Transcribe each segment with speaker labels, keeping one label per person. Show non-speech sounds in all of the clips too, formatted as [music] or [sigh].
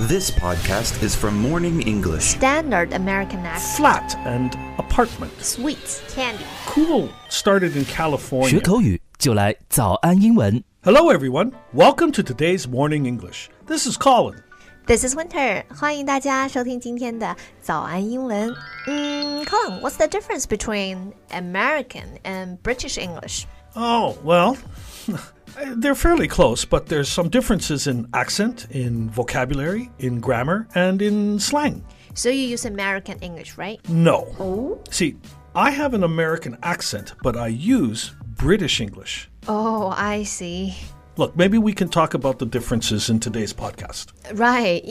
Speaker 1: This podcast is from Morning English.
Speaker 2: Standard American accent.
Speaker 3: flat and apartment.
Speaker 2: Sweets, candy.
Speaker 3: Cool started in
Speaker 4: 学
Speaker 3: California.
Speaker 4: 口语就来早安英文。
Speaker 3: Hello, everyone. Welcome to today's Morning English. This is Colin.
Speaker 2: This is Winter. 欢迎大家收听今天的早安英文。嗯，Colin, what's the difference between American and British English?
Speaker 3: Oh, well, [laughs] they're fairly close, but there's some differences in accent, in vocabulary, in grammar, and in slang.
Speaker 2: So you use American English, right?
Speaker 3: No. See, I have an American accent, but I use British English.
Speaker 2: Oh, I see.
Speaker 3: Look, maybe we can talk about the differences in today's podcast.
Speaker 2: Right.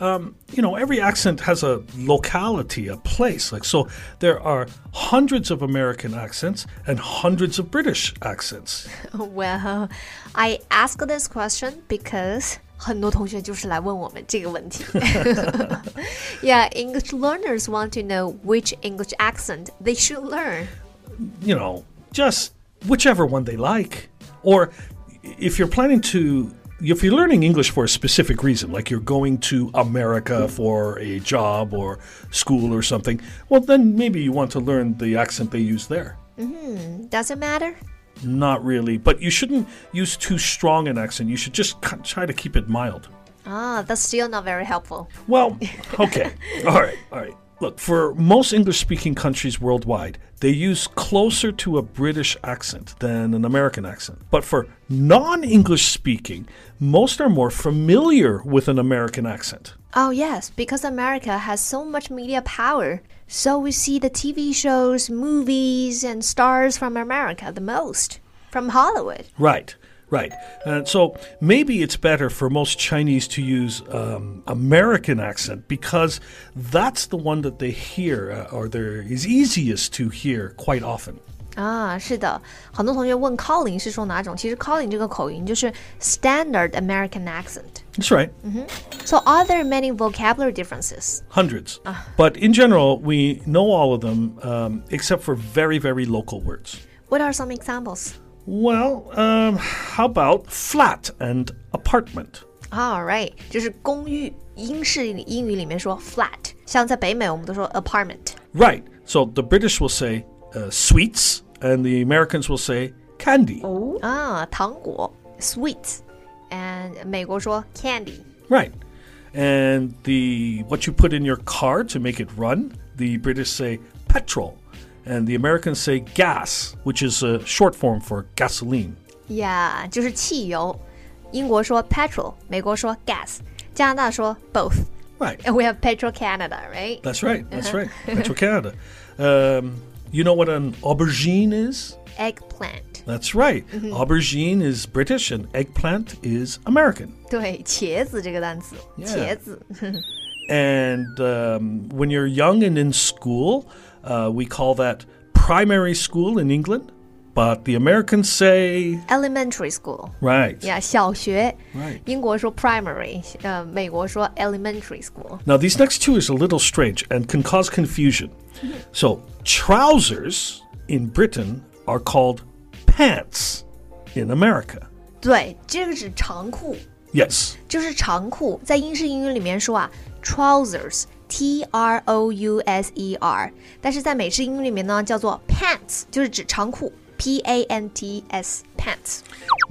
Speaker 3: Um, you know, every accent has a locality, a place. Like, so there are hundreds of American accents and hundreds of British accents.
Speaker 2: [laughs] Well, I ask this question because 很多同学就是来问我们这个问题。yeah, English learners want to know which English accent they should learn.
Speaker 3: You know, just whichever one they like. Or if you're planning to, if you're learning English for a specific reason, like you're going to America for a job or school or something, well, then maybe you want to learn the accent they use there.
Speaker 2: Does it matter?
Speaker 3: Not really, but you shouldn't use too strong an accent. You should just ki- try to keep it mild.
Speaker 2: Ah, that's still not very helpful.
Speaker 3: Well, okay. all right, all right. Look, for most English speaking countries worldwide, they use closer to a British accent than an American accent. But for non English speaking, most are more familiar with an American accent.
Speaker 2: Oh, yes, because America has so much media power. So we see the TV shows, movies, and stars from America the most. From Hollywood.
Speaker 3: Right, right. Uh, so maybe it's better for most Chinese to use um, American accent because that's the one that they hear uh, or there is easiest to hear quite often.
Speaker 2: 啊，是的，很多同学问 Colin 是说哪种，其实 Colin 这个口音就是 standard American accent。
Speaker 3: That's right,
Speaker 2: So are there many vocabulary differences?
Speaker 3: hundreds. But in general, we know all of them um, except for very, very local words.
Speaker 2: What are some examples?
Speaker 3: Well, um, how about flat and apartment?
Speaker 2: All right，就是公寓，英式英语里面说 flat，像在北美我们都说 apartment。
Speaker 3: Right. So the British will say uh, sweets, and the Americans will say candy.
Speaker 2: 啊，糖果 sweets，and 美国说 candy。
Speaker 3: Right. And the what you put in your car to make it run, the British say petrol, and the Americans say gas, which is a short form for gasoline.
Speaker 2: Yeah，就是汽油。英国说 petrol，美国说 gas，加拿大说 both。
Speaker 3: Right.
Speaker 2: And we have Petrol Canada, right?
Speaker 3: That's right. That's right. Petro Canada. Um, you know what an aubergine is?
Speaker 2: Eggplant，
Speaker 3: That's right. Aubergine is British and eggplant is American.
Speaker 2: 对，茄子这个单词
Speaker 3: Yeah
Speaker 2: 茄子。
Speaker 3: And um, when you're young and in school, uh, we call that primary school in England, but the Americans say
Speaker 2: Elementary school，
Speaker 3: right.
Speaker 2: 呀、小学。
Speaker 3: Right.
Speaker 2: 英国说 primary，呃，美国说 elementary school。
Speaker 3: Now, these next two is a little strange and can cause confusion. So, trousers in Britain are called pants in America.
Speaker 2: 对，这个是长裤，
Speaker 3: Yes.
Speaker 2: 就是长裤，在英式英语里面说啊，trousers。T R O U S E R，但是在美式英语里面呢，叫做 pants，就是指长裤，P A N T S pants。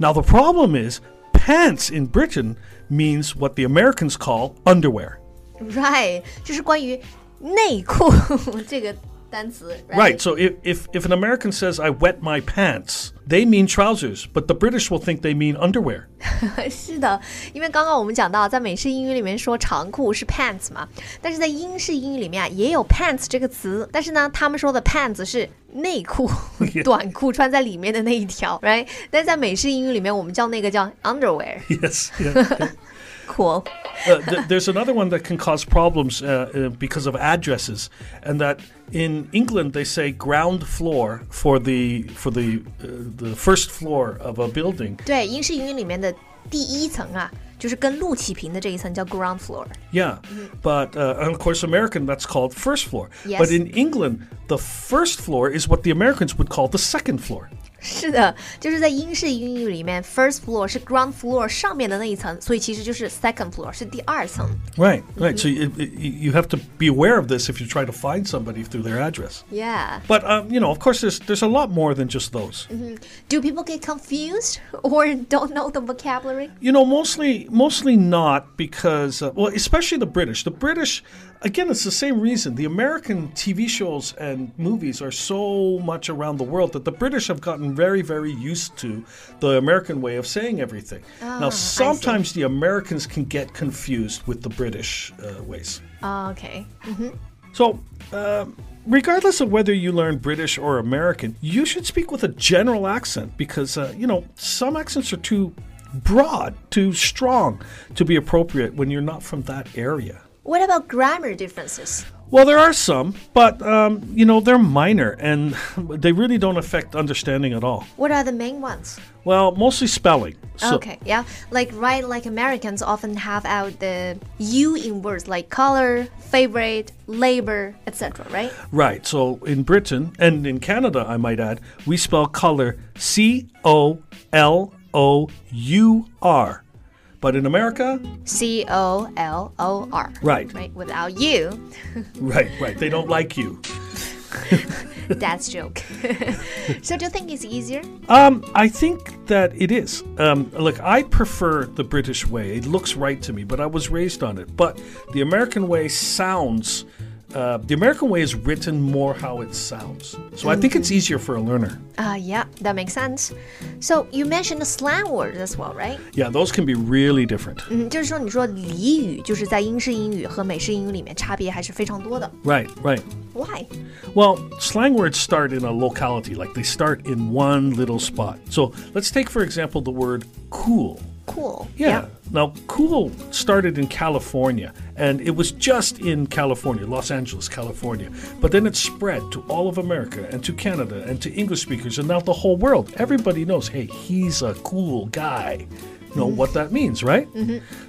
Speaker 3: Now, the problem is pants in Britain means what the Americans call underwear.
Speaker 2: Right，就是关于内裤 [laughs] 这个单词。
Speaker 3: Right. So, if, if, if an American says, I wet my pants, they mean trousers, but the British will think they mean underwear. [laughs]
Speaker 2: [laughs] 是的，因为刚刚我们讲到，在美式英语里面说长裤是 pants 嘛，但是在英式英语里面啊也有 pants 这个词，但是呢，他们说的 pants 是内裤短裤穿在里面的那一条，right？但在美式英语里面，我们叫那个叫 underwear。
Speaker 3: Yes. yeah, okay.
Speaker 2: Cool.
Speaker 3: Uh, th- there's another one that can cause problems uh, uh, because of addresses, and that in England they say ground floor for the for the uh, the first floor of a building.
Speaker 2: 对，英式英语里面的第一层啊，就是跟路齐平的这一层叫 ground floor。
Speaker 3: Yeah, but uh, and of course American that's called first floor.
Speaker 2: Yes.
Speaker 3: But in England, the first floor is what the Americans would call the second floor.
Speaker 2: 是的，就是在英式英语里面，first floor 是 ground floor 上面的那一层，所以其实就是 second floor 是第二层。
Speaker 3: Right, right. So you, you- you have to be aware of this if you try to find somebody through their address.
Speaker 2: Yeah.
Speaker 3: But um, you know, of course, there's there's a lot more than just those.
Speaker 2: Do people get confused [laughs] or don't know the vocabulary?
Speaker 3: You know, mostly mostly not because uh, well, especially the British. The British, again, it's the same reason. The American TV shows and movies are so much around the world that the British have gotten very very used to the American way of saying everything. now, sometimes the Americans can get confused with the British uh, ways.
Speaker 2: Okay.
Speaker 3: So, um regardless of whether you learn British or American, you should speak with a general accent because, uh, you know, some accents are too broad, too strong to be appropriate when you're not from that area.
Speaker 2: What about grammar differences?
Speaker 3: Well, there are some, but, um, you know, they're minor and [laughs] they really don't affect understanding at all.
Speaker 2: What are the main ones?
Speaker 3: Well, mostly spelling. So,
Speaker 2: okay, yeah. Like, right, like Americans often have out the U in words like color, favorite, labor, etc., right?
Speaker 3: Right. So in Britain and in Canada, I might add, we spell color C O L O U R. But in America,
Speaker 2: C O L O R.
Speaker 3: Right.
Speaker 2: Right, without you, [laughs]
Speaker 3: right, right, they don't like you.
Speaker 2: that's joke. [laughs] so, do you think it's easier?
Speaker 3: Um, I think that it is. Um, look, I prefer the British way. It looks right to me, but I was raised on it. But the American way sounds. Uh, the American way is written more how it sounds. So I think it's easier for a learner.
Speaker 2: Uh, yeah, that makes sense. So, you mentioned slang words as well, right?
Speaker 3: Yeah, those can be really different.
Speaker 2: 嗯，就是说，你说俚语就是在英式英语和美式英语里面差别还是非常多的。
Speaker 3: Right, right.
Speaker 2: Why?
Speaker 3: Well, slang words start in a locality, like they start in one little spot. So let's take, for example, the word cool.
Speaker 2: Cool.
Speaker 3: Now, cool started in California, and it was just in California, Los Angeles, California. But then it spread to all of America and to Canada and to English speakers and now the whole world. Everybody knows, hey, he's a cool guy. You know what that means, right?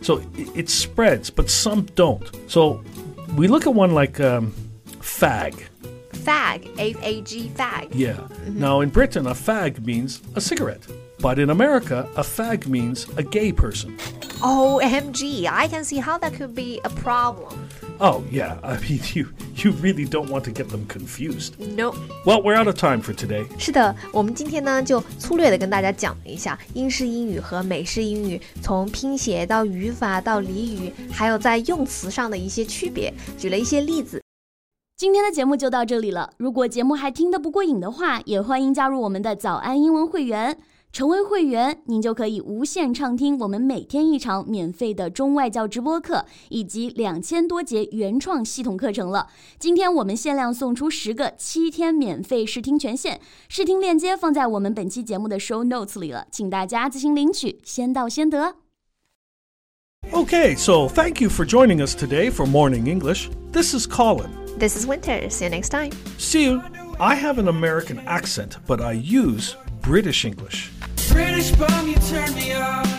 Speaker 3: So it, it spreads, but some don't. So we look at one like um, fag.
Speaker 2: Fag. F A G. Fag.
Speaker 3: Yeah. Now, in Britain, a fag means a cigarette. But in America, a fag means a gay person.
Speaker 2: O M G. I can see how that could be a problem.
Speaker 3: Oh, yeah. [laughs] I mean, you, you really don't want to get them confused.
Speaker 2: No.
Speaker 3: Well, we're out of time for today.
Speaker 2: 是的，我们今天呢就粗略的跟大家讲了一下英式英语和美式英语从拼写到语法到俚语，还有在用词上的一些区别，举了一些例子。
Speaker 5: 今天的节目就到这里了。如果节目还听得不过瘾的话，也欢迎加入我们的早安英文会员。成为会员，您就可以无限畅听我们每天一场免费的中外教直播课，以及两千多节原创系统课程了。今天我们限量送出十个七天免费试听权限，试听链接放在我们本期节目的 show notes 里了，请大家自行领取，先到先得。
Speaker 3: Okay, so thank you for joining us today for Morning English. This is Colin.
Speaker 2: This is Winter. See you next time.
Speaker 3: See you. I have an American accent, but I use British English.
Speaker 6: British bomb, you turn me off.